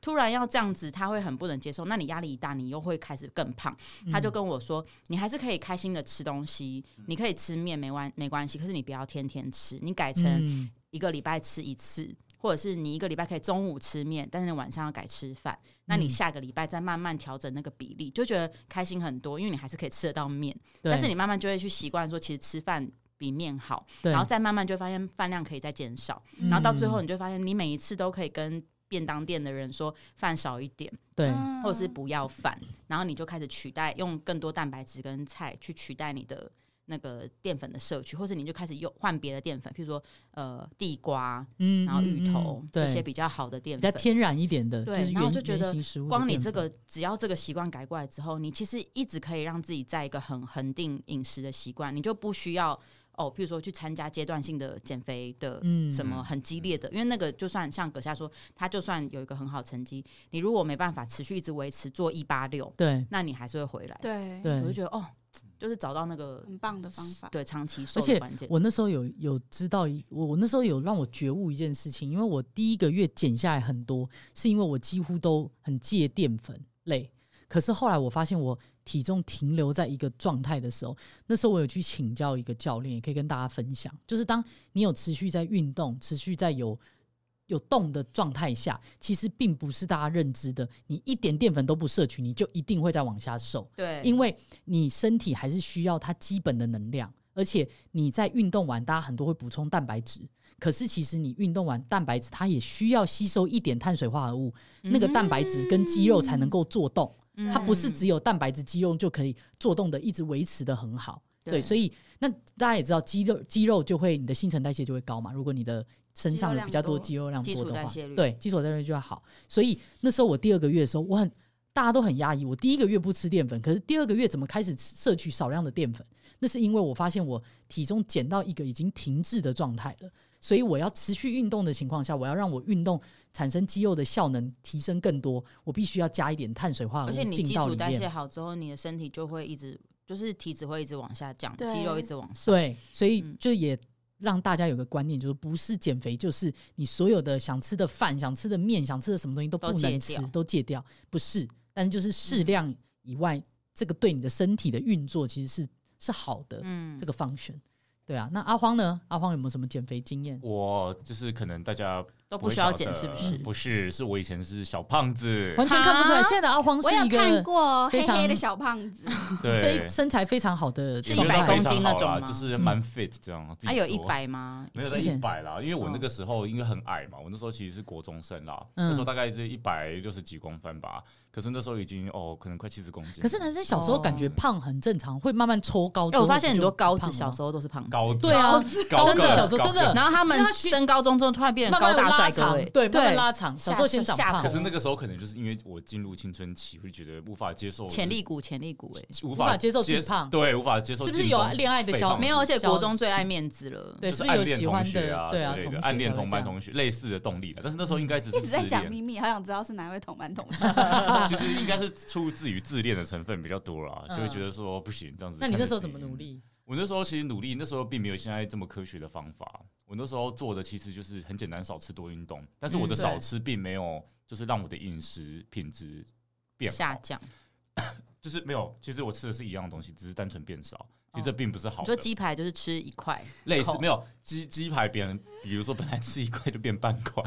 C: 突然要这样子，他会很不能接受。那你压力一大，你又会开始更胖。他就
A: 嗯
C: 跟我说，你还是可以开心的吃东西，你可以吃面没关没关系，可是你不要天天吃，你改成
A: 嗯
C: 一个礼拜吃一次，或者是你一个礼拜可以中午吃面，但是你晚上要改吃饭，那
A: 嗯
C: 你下个礼拜再慢慢调整那个比例，就觉得开心很多，因为你还是可以吃得到面，
A: 对
C: 但是你慢慢就会去习惯说，其实吃饭。比面好，
A: 对
C: 然后再慢慢就会发现饭量可以再减少，
A: 嗯
C: 然后到最后你就会发现，你每一次都可以跟便当店的人说饭少一点，
A: 对，
D: 嗯
C: 或者是不要饭，然后你就开始取代用更多蛋白质跟菜去取代你的那个淀粉的摄取，或者你就开始用换别的淀粉，譬如说呃地瓜，
A: 嗯
C: 然后芋头、
A: 嗯嗯
C: 这些
A: 对
C: 比较好的淀
A: 比较
C: 粉。
A: 天然一点的，
C: 对
A: 就是
C: 然后
A: 原
C: 就觉得
A: 原型食物的
C: 光你
A: 淀
C: 这
A: 粉
C: 个，只要这个习惯改过来之后，你其实一直可以让自己在一个很恒定饮食的习惯，你就不需要哦，譬如说去参加阶段性的减肥的
A: 嗯
C: 什么很激烈的，因为那个就算像葛夏说，他就算有一个很好成绩，你如果没办法持续一直维持做一八六，
A: 对
C: 那你还是会回来。
D: 对嗯
A: 对
C: 我就觉得哦，就是找到那个
D: 很棒的方法，
C: 对长期瘦
A: 而且
C: 的关键。
A: 我那时候有有知道一，我我那时候有让我觉悟一件事情，因为我第一个月减下来很多，是因为我几乎都很戒淀粉类。可是后来我发现我体重停留在一个状态的时候，那时候我有去请教一个教练，也可以跟大家分享，就是当你有持续在运动、持续在有有动的状态下，其实并不是大家认知的，你一点淀粉都不摄取，你就一定会再往下瘦。
C: 对，
A: 因为你身体还是需要它基本的能量，而且你在运动完，大家很多会补充蛋白质。可是其实你运动完蛋白质，它也需要吸收一点碳水化合物，
C: 嗯
A: 那个蛋白质跟肌肉才能够做
C: 嗯嗯
A: 动。它不是只有蛋白质、肌肉就可以做动的，一直维持的很好。对，所以那大家也知道，肌肉肌肉就会你的新陈代谢就会高嘛。如果你的身上有比较多肌肉量
C: 肌
A: 多
C: 肉量多
A: 的话
C: 基础代谢率，
A: 对基础代谢率就要好。所以那时候我第二个月的时候，我很大家都很压抑。我第一个月不吃淀粉，可是第二个月怎么开始吃摄取少量的淀粉？那是因为我发现我体重减到一个已经停滞的状态了。所以我要持续运动的情况下，我要让我运动产生肌肉的效能提升更多，我必须要加一点碳水化合
C: 而且
A: 物
C: 你
A: 进
C: 基
A: 到
C: 础
A: 里
C: 代谢
A: 面。
C: 好之后，你的身体就会一直就是体脂会一直往下降，
D: 对
C: 肌肉一直往上。
A: 对，所以
C: 嗯
A: 就也让大家有个观念，就是不是减肥，就是你所有的想吃的饭、想吃的面、想吃的什么东西都不
C: 都戒
A: 能吃
C: 掉，嗯
A: 都戒掉，不是。但就是适量以外，这个对你的身体的运作其实是是好的，
C: 嗯
A: 这个 function。对啊，那阿荒呢？阿荒有没有什么减肥经验？
B: 我就是可能大家
A: 哦
C: 都
B: 不
C: 不
B: 会
C: 需要
B: 晓
C: 减，
B: 得嗯
C: 是不是？
A: 嗯
B: 不是，是我以前是小胖子，
A: 完全看不出来，
C: 哈
A: 现在的阿荒是
D: 我有
A: 一
D: 看
A: 个
D: 过
A: 非
D: 黑黑的
A: 常
D: 小胖子，
B: 对
A: 非，身材非常好的
B: 也
A: 状
B: 没有
A: 态，
B: 到
C: 100公
B: 非常
C: 斤那
B: 好啦
C: 种吗
A: 嗯
B: 就是蛮 fit 这样。自
A: 啊
C: 还
B: 己
C: 有
B: 说
C: 一百吗？
B: 没有到
A: 之
B: 一
A: 前
B: 百啦，因为我那
C: 嗯
B: 个时候因为很矮嘛，我那时候其实是国中生啦，
A: 嗯
B: 那时候大概是一百六十几公分吧，可是那时候已经哦，可能快七十公斤了。
A: 可是男生小时候感觉胖很正常，会慢慢抽高之
C: 哦哎，
A: 后。
C: 我发现很多高子小时
A: 候
C: 候都是胖子，
B: 高
A: 对啊，
B: 高
A: 真的
B: 个
A: 小时候
B: 高
A: 真的
B: 个
C: 然后他们
A: 因为他学
C: 升高中之后突然变成
A: 慢
C: 高
A: 慢
C: 大帅
A: 拉
C: 哥，
A: 长
C: 哎，
A: 对，慢慢
C: 对
A: 拉长。小
C: 下
A: 时候先长
C: 下
A: 胖
B: 可，是那个时候可能就是因为我进入青春期，会觉得无法接受
C: 潜力，股，潜力股，哎，
B: 就是无
A: 无
B: 法
A: 法接受自己
B: 接
A: 胖
B: 对，无法接受
A: 是
B: 镜
A: 不是
B: 中废胖子。
A: 有恋爱的小
C: 没有，而且
A: 小
C: 国中最爱面子了。
A: 对，
B: 就是
A: 不是
B: 暗
A: 有
B: 恋
A: 喜
B: 同
A: 欢
B: 学啊
A: 的？对啊，
B: 之类
A: 同
B: 的
A: 学
B: 暗恋同班
A: 才会
B: 同学类似的动力了。但是那时候应该只是
D: 一直在
B: 自
D: 讲
B: 恋
D: 秘密，好想知道是哪位同班同
A: [laughs]
D: 学。
B: [laughs] 其实应该是出自于自恋的成分比较多啦，
A: 嗯
B: 就会觉得说不行这样子
A: 这样。。嗯那
B: 那
A: 你那时候怎么努？力？
B: 我那时候其实努力，那时候并没有现在这么科学的方法。我那时候做的其实就是很简单，少吃多运动。但是我的
A: 嗯对
B: 少吃并没有就是让我的饮食品质变好
C: 下降，
B: 就是没有。其实我吃的是一样的东西，只是单纯变少。其实这并不是好
C: 你
B: 的
C: 说，鸡排就是吃一块，
B: 类似
C: 口
B: 没有鸡鸡排，别人比如说本来吃一块就变半块，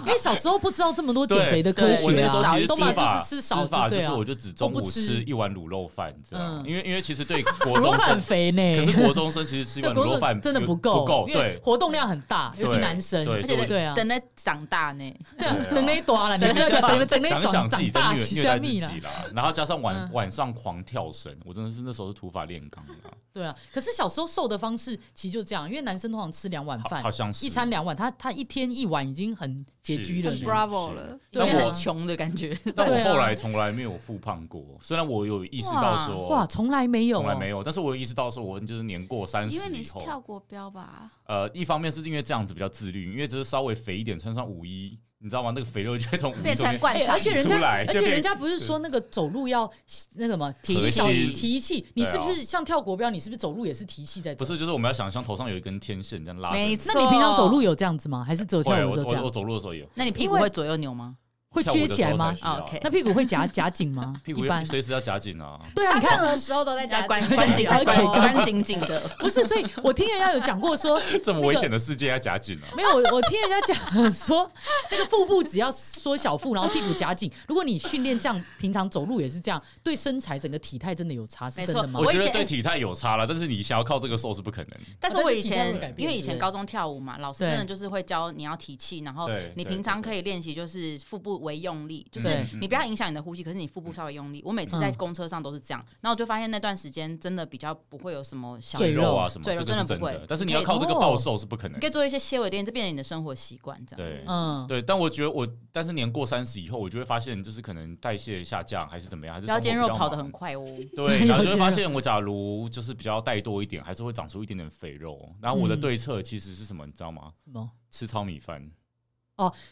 A: 因为小时候不知道这么多减肥的科
C: 对
B: 我
A: 学
B: 那时
A: 啊
B: 候其，实
A: 都嘛
B: 吃
A: 就
B: 法
A: 是吃少
B: 法
A: 对
B: 就是
A: 啊
B: 我。就只中
A: 都
B: 午
A: 不吃
B: 吃一碗卤肉饭，你知道吗？
A: 嗯
B: 因为因为其实对国
A: 卤肉
B: 中
A: 饭
B: 生
A: 很肥呢，
B: 可是国中生其实吃
A: [laughs]
B: 一
A: 对
B: 碗
A: 国
B: 卤
A: 中
B: 肉饭
A: 真的
B: 有
A: 不
B: 不
A: 够，因为
B: 对，
A: 活动量很大，尤其
B: 对
A: 男生，
B: 对
C: 而且
B: 所以
A: 对啊，
C: 等他长大呢，
A: 对啊
B: 对啊，
A: 等那一短了，你
B: 其
A: 不
B: 实
A: 要
B: 想
A: 讲等那
B: 想
A: 长
B: 想自
A: 长
B: 己
A: 大
B: 在虐虐待
A: 生
B: 自
A: 命了
B: 己。啦，然后加上晚、
A: 嗯
B: 晚上狂跳绳，我真的是那时候是土法炼钢的，
A: 对啊，可是小时候瘦的方式其实就这样，因为男生通常吃两碗
B: 好
A: 饭
B: 好，像是
A: 一餐两碗，他他一天一碗已经很拮据了
D: 很
A: 呢。
B: 是
D: Bravo
B: 是
D: 了
A: 对啊
C: 有点很穷的感 [laughs] 觉。
B: 但
A: 对啊
B: 我后来从来没有复胖过，虽然我有意识到说
A: 哇，从来没有、哦，
B: 从来没有，但是我有意识到说，我就是年过三十
D: 因为你
B: 以
D: 是
B: 后，
D: 跳国标吧？
B: 呃，一方面是因为这样子比较自律，因为只是稍微肥一点，穿上五一，你知道吗？那个肥肉就会从五一
D: 变
B: 中
D: 成
B: 间
D: 灌
A: 哎
D: 肠，
A: 而且人家
B: 出，来
A: 而
B: 就
A: 且
B: 变
A: 人家不是说那个走路要那个嘛提
B: 和
A: 小
B: 气
A: 提气，你是不
B: 对啊
A: 是像跳国标？你是不是走路也是提气在走？
B: [laughs] 不是，就是我们要想象头上有一根天线这样拉着。
C: 没错，
A: 那你平常走路有这样子吗？还是只有跳
B: 会，
A: 舞的
B: 我
A: 时候这
B: 我我
A: 样？
B: 走路的时候也
C: 那你屁
A: 因
C: 股
A: 为
C: 会左右扭吗？
A: 会
B: 跳舞
A: 撅
B: 的
A: 起
B: 时候
A: 来吗
B: 才？需要
C: 啊，OK
A: 那屁股会夹夹紧吗？
B: [laughs] 屁股
A: 一般
B: 要。随时要夹紧
C: [laughs]
B: 啊。
A: 对啊，
D: 他
A: 你看
D: 任何时候都在
C: 要
D: 家
C: 关
D: 里
C: 关紧
A: 哎
C: 关
A: 哎
C: 关紧紧的，
A: 不是，所以我听人家有讲过说，
B: 这么危险的世界要夹紧啊！
A: 没有，我 [laughs] 我听人家讲说，那个腹部只要缩小腹，然后屁股夹紧。如果你训练这样，平常走路也是这样，对身材整个体态真的有差，是
C: 没
A: 真
C: 错
A: 的吗
B: 我？觉
C: 我以前
B: 得对体态有差了，但是你想要靠这个瘦是不可能。
C: [laughs] 但是我
A: 但是
C: 以
A: 体态会改变
C: 前因为以
A: 对
C: 前
A: 不对
C: 高中跳舞嘛，老师
A: 对
C: 真的就是会教你要提气，然后
B: 对
C: 你
B: 对
C: 平常
B: 对对嗯
C: 可以练习就是腹部为用力，就是
A: 对
C: 你不要影响你的呼吸，可是你腹部稍微用力。我每次在
A: 嗯
C: 公车上都是这样，然后我就发现那段时间真的比较不会有什么小
A: 赘
B: 赘
A: 肉
B: 肉啊什么，
C: 赘
B: 这
C: 肉
B: 个是
C: 真的
B: 真
C: 不会
B: 的。但是你要靠这个暴瘦是不可
C: 你
B: 能
C: 可。以做哦一些些微练，这变成你的生活习惯，这样。
B: 对
A: 嗯，
B: 对，但我觉得我，但是年过三十以后，我就会发现，就是可能代谢下降，还是怎么样，还是
C: 腰间
B: 生活
C: 肉
B: 比较
C: 跑得
B: 忙
C: 很快哦，
B: 对，然后就会发现我假如就是比较带多一点，还是会长出一点点肥肉。然后我的
A: 嗯
B: 对策其实是什么，你知道吗？
A: 什么？
B: 吃糙米饭，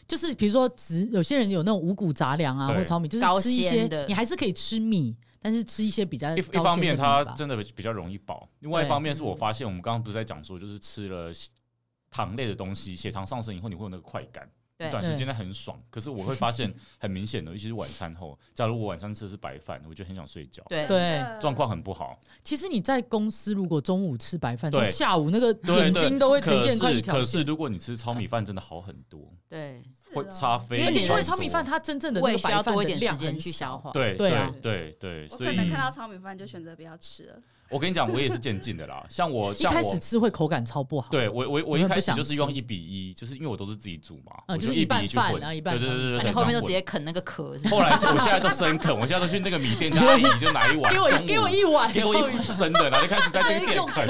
A: 就是比如说植，有些人有那种五谷杂粮啊，
B: 对
A: 或糙米，就是
C: 高
A: 吃一
C: 纤
A: 些
C: 的，
A: 你还是可以吃米，但是吃一些比较呃
B: 一
A: 高纤
B: 一
A: 的
B: 方面它
A: 米吧
B: 真的比较容易饱，另外一
A: 对嗯
B: 方面是我发现我们刚刚不是在讲说，就是吃了糖类的东西，血糖上升以后你会有那个快感，
C: 对
B: 短时间内很爽。可是我会
A: [laughs]
B: 发现很明显的，尤其是晚餐后，假如我晚餐吃的是白饭，我就很想睡觉，
C: 对
A: 对，啊
B: 状况很不好。
A: 其实你在公司如果中午吃白饭，
B: 对
A: 到下午那个
B: 对
A: 眼
B: 对，
A: 睛都会呈
B: 可
A: 现快一
B: 是
A: 条
B: 可是
A: 线。
B: 如果你吃糙米饭，真的好很多，
C: 对，
B: 会差非
C: 因
A: 而
B: 常
C: 为
A: 且
C: 你
A: 啊因为
B: 多
A: 糙米饭，它真正的那
C: 胃
A: 个
C: 需
A: 白
C: 要
A: 饭
C: 多一
A: 的
C: 点时
A: 量
C: 间
A: 很
C: 去消
A: 小，
C: 化。
B: 对
A: 哦对
B: 对
A: 啊
B: 对对，
D: 我
B: 所
D: 可
B: 以
D: 能看到糙米饭就选择不要吃了。
B: 我跟你讲，我也是渐进的啦。像我，
A: 一
B: 像
A: 开
B: 我
A: 始，吃会口感超不好。
B: 对我我
A: 你
B: 我
A: 会
B: 一
A: 不
B: 开始
A: 想
B: 就是用
A: 吃
B: 一比一，就是因为我都是自己煮嘛，
A: 嗯
B: 我
A: 就是
B: 一
A: 一
B: 比
A: 半
B: 去
A: 饭，
B: 混
A: 然啊后一半
B: 对对对对
C: 那
B: 对，
C: 你后面就直
B: 这
C: 接
B: 样
C: 啃那个壳，是不
B: 混。
C: 是
B: 后来是我现在
A: [laughs]
B: 都生啃，我现在都去那个米店跟阿姨就拿一碗，
A: 给我
B: 中午
A: 一给我一
B: [laughs]
A: 碗，
B: 给我一碗生的，然后就开始在
A: 终
B: 这个
A: 于
B: 店
A: [laughs] 用
B: 啃。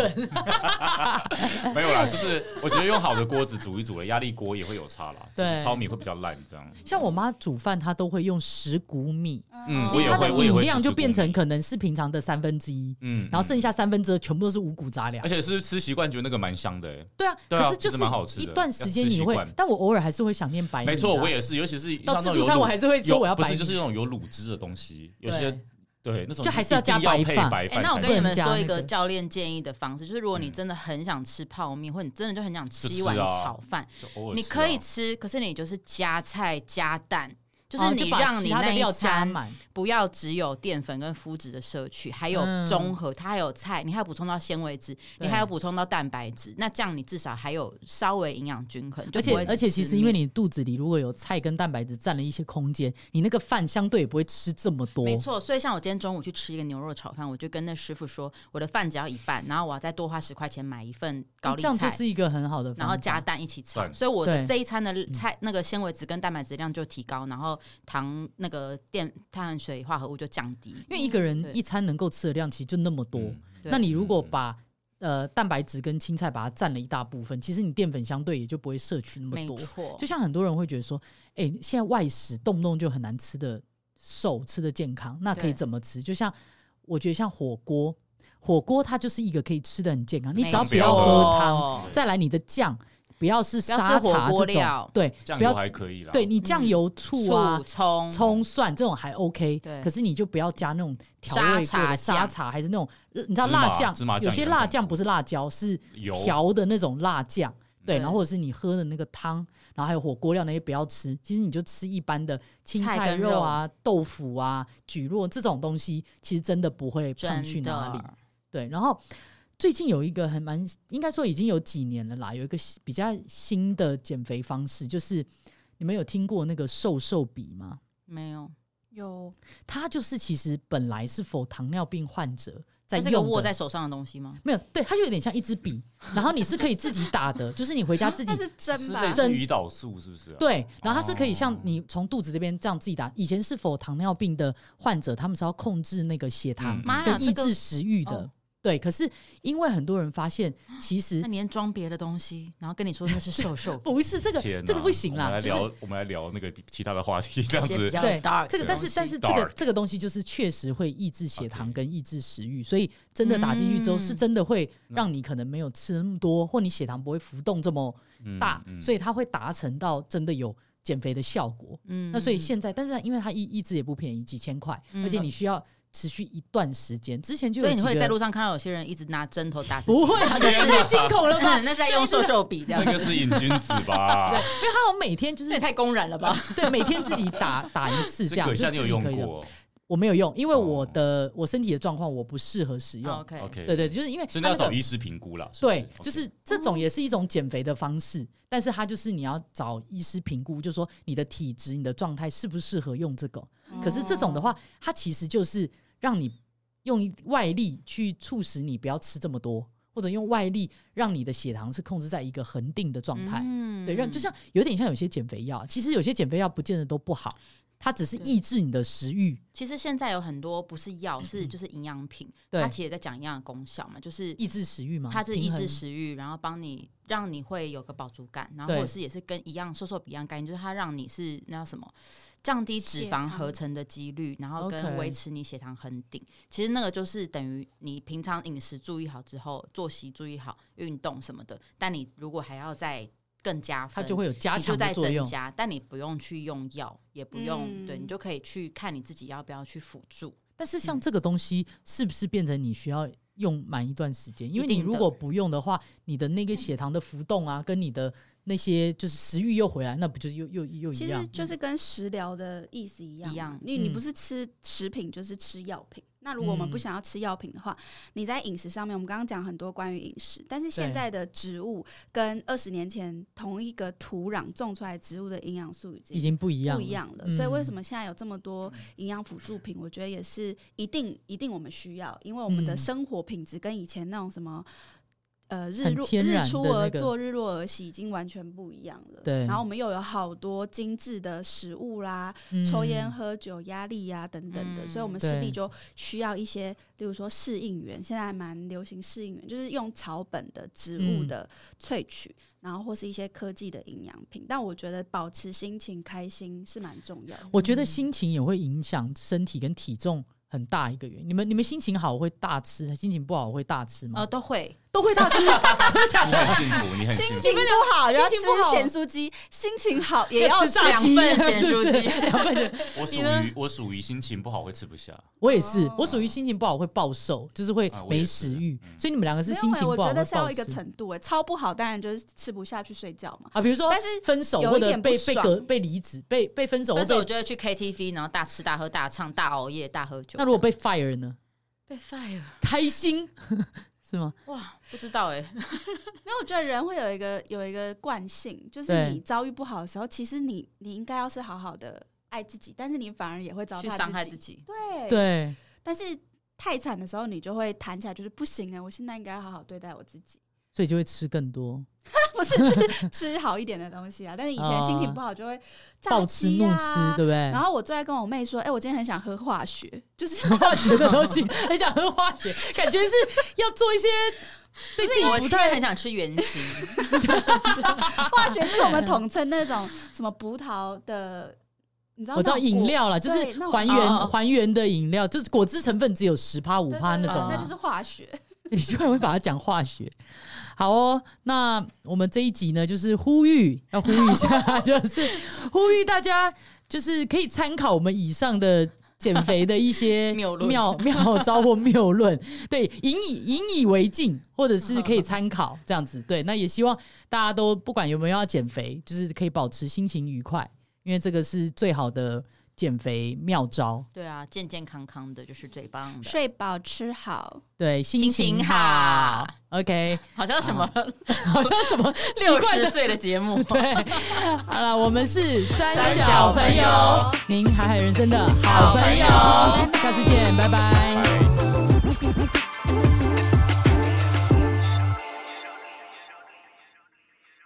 A: 梗，
B: 没有啦，就是我觉得用好的锅子煮一煮了，压力锅也会有差啦，就
A: 对
B: 是糙米会比较烂这样。
A: 像我妈煮饭，她都会用十谷米，
B: 嗯
A: 其
B: 我
A: 实
B: 也
A: 它
B: 会
A: 的
B: 我也
A: 米
B: 会
A: 量
B: 吃
A: 就
B: 十谷
A: 变成
B: 米
A: 可能是平常的三分之一，
B: 嗯，
A: 然后剩
B: 嗯，
A: 下三分之二全部都是五谷杂粮
B: 而。且是吃习惯觉得那个蛮香的欸，
A: 对啊，
B: 对啊
A: 可是就
B: 其实蛮好吃
A: 是
B: 的
A: 一段时间
B: 要吃
A: 你
B: 习
A: 会
B: 惯，
A: 但我偶尔还是会想念白米啊。
B: 没错，我也是，尤其是像
A: 到
B: 那
A: 自
B: 种
A: 助
B: 有
A: 餐，
B: 卤
A: 我还是会说
B: 有
A: 我要
B: 不
A: 白
B: 是
A: 米，
B: 就是那种有卤汁的东西，有
A: 对
B: 些对那种
A: 就还是要
B: 一定
A: 加白
B: 配
A: 饭
B: 白
C: 哎、
B: 饭
C: 那我
B: 才
C: 跟你们
A: 不能加
C: 说一
A: 那
C: 个
A: 个
C: 教练建议的方式，就是如果你
B: 嗯
C: 真的很想吃泡面，或你真的就很想吃
B: 就
C: 一碗
B: 吃啊
C: 炒饭，
B: 就偶尔
C: 你
B: 吃
C: 可以
B: 啊
C: 吃，可是你就是加菜加蛋，就
A: 哦
C: 是你
A: 把
C: 让
A: 其
C: 你
A: 他
C: 那
A: 的料
C: 一
A: 加
C: 餐
A: 满。
C: 不要只有淀粉跟麸质的摄取，还有
A: 嗯
C: 综合，它还有菜，你还要补充到纤维质，你还要补充到蛋白质，那这样你至少还有稍微营养均衡。
A: 而
C: 就不
A: 且
C: 会只
A: 而且，其
C: 吃
A: 实因为
C: 面
A: 你肚子里如果有菜跟蛋白质占了一些空间，你那个饭相对也不会吃这么多。
C: 没错，所以像我今天中午去吃一个牛肉炒饭，我就跟那师傅说，我的饭只要一半，然后我要再多花十块钱买一份
A: 那
C: 高
A: 哦
C: 丽
A: 这样就
C: 菜。
A: 是一个很好的方法。
C: 然后加蛋一起炒，
B: 对
C: 所以我的
A: 对嗯
C: 这一餐的菜那个纤维质跟蛋白质量就提高，然后糖那个电碳水化合物就降低。
A: 因为一个人
C: 嗯对
A: 一餐能够吃的量其实就那么多，
B: 嗯
C: 对
A: 那你如果把呃蛋白质跟青菜把它占了一大部分，其实你淀粉相对也就不会摄取那么
C: 没
A: 多。
C: 错，
A: 就像很多人会觉得说，哎、现在外食动不动就很难吃的瘦，吃的健康，那可以
C: 对
A: 怎么吃？就像我觉得像火锅，火锅它就是一个可以吃的很健康，你只要
B: 没
A: 不要喝汤，
C: 错
B: 对
A: 再来你的酱不要是沙
C: 不要吃火
A: 茶
C: 锅
A: 这种
C: 料，嗯
A: 对，
B: 酱
A: 不
B: 油
A: 要
B: 还可以啦，
A: 对你酱油、醋啊
C: 醋、、葱、
A: 葱蒜这种还 OK，
C: 对
A: 可是你就不要加那种调味过的
C: 沙茶
A: 沙
C: 酱
A: 茶，还是那种呃你知道
B: 芝麻
A: 辣酱
B: 芝麻，
A: 有
B: 酱
A: 些
B: 也
A: 辣
B: 很
A: 酱
B: 恐怖
A: 不是辣椒，是
B: 油
A: 调的那种辣酱。对，
C: 对
A: 然后或者是你喝的那个汤，然后还有火锅料那些不要吃，其实你就吃一般的青
C: 菜
A: 菜
C: 跟
A: 肉啊、豆腐啊、蒟蒻这种东西，其实真的不会胖去
C: 真
A: 哪里。
C: 的，
A: 对，然后最近有一个很蛮，应该说已经有几年了啦，有一个新比较新的减肥方式，就是你们有听过那个瘦瘦笔吗？
C: 没有，
D: 有
A: 它就是其实本来是否糖尿病患者在
C: 它
A: 用
C: 是
A: 的
C: 个握在手上的东西吗？
A: 没有，对，它就有点像一支笔，然后你是可以自己打的，就是你回家自己
D: 那是真
B: 是
D: 吧
B: 类？似胰岛素是不是啊？
A: 对，然后它是可以像
B: 哦
A: 你从肚子这边这样自己打。以前是否糖尿病的患者，他们是要控制那个血糖
B: 嗯
C: 妈呀，
A: 跟抑
C: 啊这个
A: 制食欲的。
C: 哦啊
A: 对，可是因为很多人发现，其实
C: 那你连装别的东西，然后跟你说那是瘦瘦
B: [laughs]
C: 笔，
A: 不是这个，
B: 天哪
A: 这个不行
B: 我们
A: 啦，
B: 来
A: 就是
B: 聊，我们来聊那个其他的话题，这样
C: 一些比
B: 子
C: 较
A: 对
C: dark
A: 这个，
C: 的
A: 但
C: 东
A: 是但
C: 西
A: 是这个
B: dark
A: 这个东西就是确实会抑制血糖
B: OK
A: 跟抑制食欲，所以真的打进去之后，
C: 嗯
A: 是真的会让你可能没有吃那么多，或你血糖不会浮动这么大，所
B: 以
A: 以
B: [laughs]
A: 它会达成到真的有减肥的效果。
C: 嗯
A: 那所以现在，但是因为它一一直也不便宜，几千块，
C: 嗯
A: 而且你需要持续一段时间。之前就有
C: 所以你
A: 几
C: 会
A: 个
C: 在路上看到有些人一直拿针头打自己，
A: 不会
C: [laughs]
A: 啊，这是太惊恐了吧？
C: 那是在用瘦瘦笔
A: [laughs]
C: 这样
B: [laughs] 那，个是瘾君子吧？
A: 因为它好像每天就是
C: [laughs] 这也太公然了吧？
A: 对每天自己打打一次这样，
B: 葛
A: 就
B: 夏
A: 自
B: 你有
A: 己
B: 用
A: 可以的。
B: 过
A: 我没有用，因为我
B: 哦
A: 的我身体的状况我不适合使用。
C: OK，
B: ？OK，
A: 对对，，就是因为
B: 真
A: 它
B: 的要
A: 那
B: 找
A: 个
B: 医师评估啦。是不
A: 对，
B: OK
A: 就是这种也是一种减肥的方式，但是它就是你要找医师评估，就说你的体质、你的状态适不适合用这个。可是这种的话，它其实就是让你用外力去促使你不要吃这么多，或者用外力让你的血糖是控制在一个恒定的状态。
C: 嗯
A: 对，让就像有点像有些减肥药，其实有些减肥药不见得都不好，它只是
C: 对
A: 抑制你的食欲，
C: 其实现在有很多不是药，是就是营养品，
A: 嗯对
C: 它其实也在讲一样的功效嘛，就是
A: 抑制食欲嘛，
C: 它是
A: 平
C: 抑
A: 衡
C: 制食欲，然后帮你让你会有个饱足感，然后
A: 对
C: 或者是也是跟一样瘦瘦比一样概念，就是它让你是那叫什么，降低脂
D: 血
C: 肪
D: 糖
C: 合成的几率，然后
A: OK
C: 跟维持你血糖恒定。其实那个就是等于你平常饮食注意好之后，作息注意好，运动什么的，但你如果还要再更加
A: 它
C: 分，
A: 就会有加
C: 你就
A: 强
C: 在
A: 的作
C: 增
A: 用。
C: 加，但你不用去用药，也不用、对
D: 嗯
C: 你就可以去看你自己要不要去辅助。
A: 但是像
C: 嗯
A: 这个东西，是不是变成你需要用满一段时间？因为你
C: 定
A: 如
C: 的
A: 果不用的话，你的那个血糖的浮动啊，跟你的那些就是食欲又回来，那不就又又又
D: 其
A: 一
D: 实
A: 样？
D: 就是跟食疗的意思一样嘛，
C: 一样
D: 因为你
A: 嗯
D: 不是吃食品就是吃药品，那如果我们
A: 嗯
D: 不想要吃药品的话，你在饮食上面，我们刚刚讲很多关于饮食，但是现
A: 对
D: 在的植物跟二十年前同一个土壤种出来植物的营养素已
A: 已
D: 经
A: 经不一样
D: 不
A: 了，
D: 一样了。
A: 嗯
D: 所以为什么现在有这么多营养辅助品？我觉得也是一定一定我们需要，因为我们的
A: 嗯
D: 生活品质跟以前那种什么。呃，日
A: 很
D: 落
A: 天然
D: 日
A: 的
D: 出
A: 那
D: 而
A: 个
D: 作，日落而息，已经完全不一样了。
A: 对
D: 然后我们又有好多精致的食物啦，
A: 嗯
D: 抽烟、喝酒、压力呀、等等的，
C: 嗯
D: 所以我们势
A: 对
D: 必就需要一些，例如说适应源，现在还蛮流行适应源，就是用草本的植物
A: 嗯
D: 的萃取，然后或是一些科技的营养品。但我觉得保持心情开心是蛮重要的。
A: 我觉得心情也会影响身体跟体重很大一个原因。你们你们心情好会大吃，心情不好会大吃吗？
D: 哦
C: 呃，都会
A: 都会 [laughs] 大吃，
B: 你很幸福，你很
D: 心
B: 幸
D: 情
B: 福。
D: 不好就要吃
A: 心情不好
D: 咸酥鸡，心情好也要
A: 吃炸
C: 两
A: 鸡啊
C: 份
A: 是
C: 咸
A: 不
C: 猪
A: 是
C: 鸡
A: [laughs] 两份咸
B: 我属
A: 你呢
B: 于我属于心情不好会吃不下，
A: 我也是，我属于
B: 哦
A: 心情不好会暴瘦，就是会
B: 啊我也
A: 没
B: 是
A: 食欲。
B: 嗯
A: 所以你们两个是
D: 没
A: 心
D: 有欸
A: 情
D: 我
A: 不好
D: 觉
A: 会
D: 得是要
A: 暴
D: 一个
A: 吃
D: 程度、欸，超不好当然就是吃不下去睡觉嘛。
A: 啊，比如说，
D: 但是
A: 分手
D: 有
A: 或
D: 一
A: 者
D: 点
A: 被
D: 不
A: 被
D: 爽
A: 隔被离职、被被分手或
C: 但是我
A: 被
C: 就会去 KTV，然后大吃大喝、大唱、大熬夜、大喝酒。
A: 那如果被 fire 呢？
C: 被 fire，
A: 开心 [laughs] 是吗？
C: 哇，不知道哎、
D: 因为我觉得人会有一个有一个惯性，就是
A: 对
D: 你遭遇不好的时候，其实你你应该要是好好的爱自己，但是你反而也会糟
C: 去
D: 蹋
C: 伤害
D: 自
C: 自己。
D: 对，
A: 对，
D: 但是太惨的时候，你就会弹起来，就是不行啊！我现在应该好好对待我自
A: [laughs]
D: 己，
A: 所以就会吃更多，
D: 不是吃吃好一点的东西啊。但是以前心情不好就会
A: 暴
D: 炸
A: 吃
D: 鸡
A: 怒
D: 啊
A: 吃，对不对？
D: 然后我最爱跟我妹说：“哎、我今天很想喝化学，
A: [laughs]
D: 就是
A: 化学的东西，很想喝化
D: [laughs]
A: 学，感觉是要做一些对自
C: 我
A: 己不
C: 今天
A: 太
C: 很想吃圆形， [laughs]
D: 化学是我们统称那种什么葡萄的，你知道
A: 我知道
D: 那种
A: 饮
D: 果
A: 料啦，就
D: 对
A: 是
D: 那我
A: 还
C: 哦哦
A: 原还原的饮料，就是果汁成分只有十趴五
D: 对对
A: 趴那
D: 对
A: 种啊
D: 那
A: 啦
D: 就是。化学。
A: 你居然会把它讲化学，好哦。那我们这一集呢，就是呼吁要呼吁一下， [laughs] 就是呼吁大家，就是可以参考我们以上的。减肥的一些
C: [laughs] 谬论
A: 妙妙招或谬论，对，引以引以为敬，或者是可以参考这样子。对，那也希望大家都不管有没有要减肥，就是可以保持心情愉快，因为这个是最好的减肥妙招。
C: 对啊，健健康康的就是最棒的。
D: 睡饱吃好，
A: 对，心
C: 心情
A: 情
C: 好
A: 好，OK，
C: 好像什么
A: 好像什么啊奇
C: 六
A: 怪的
C: 十岁的
A: [laughs]
C: 节目，
A: 对，好了，我们是三
C: 三
A: 小
C: 小
A: 朋
C: 朋
A: 友
C: 友，
A: 您海海人生的好朋友
C: 好朋，
A: 下次见，拜拜
B: 拜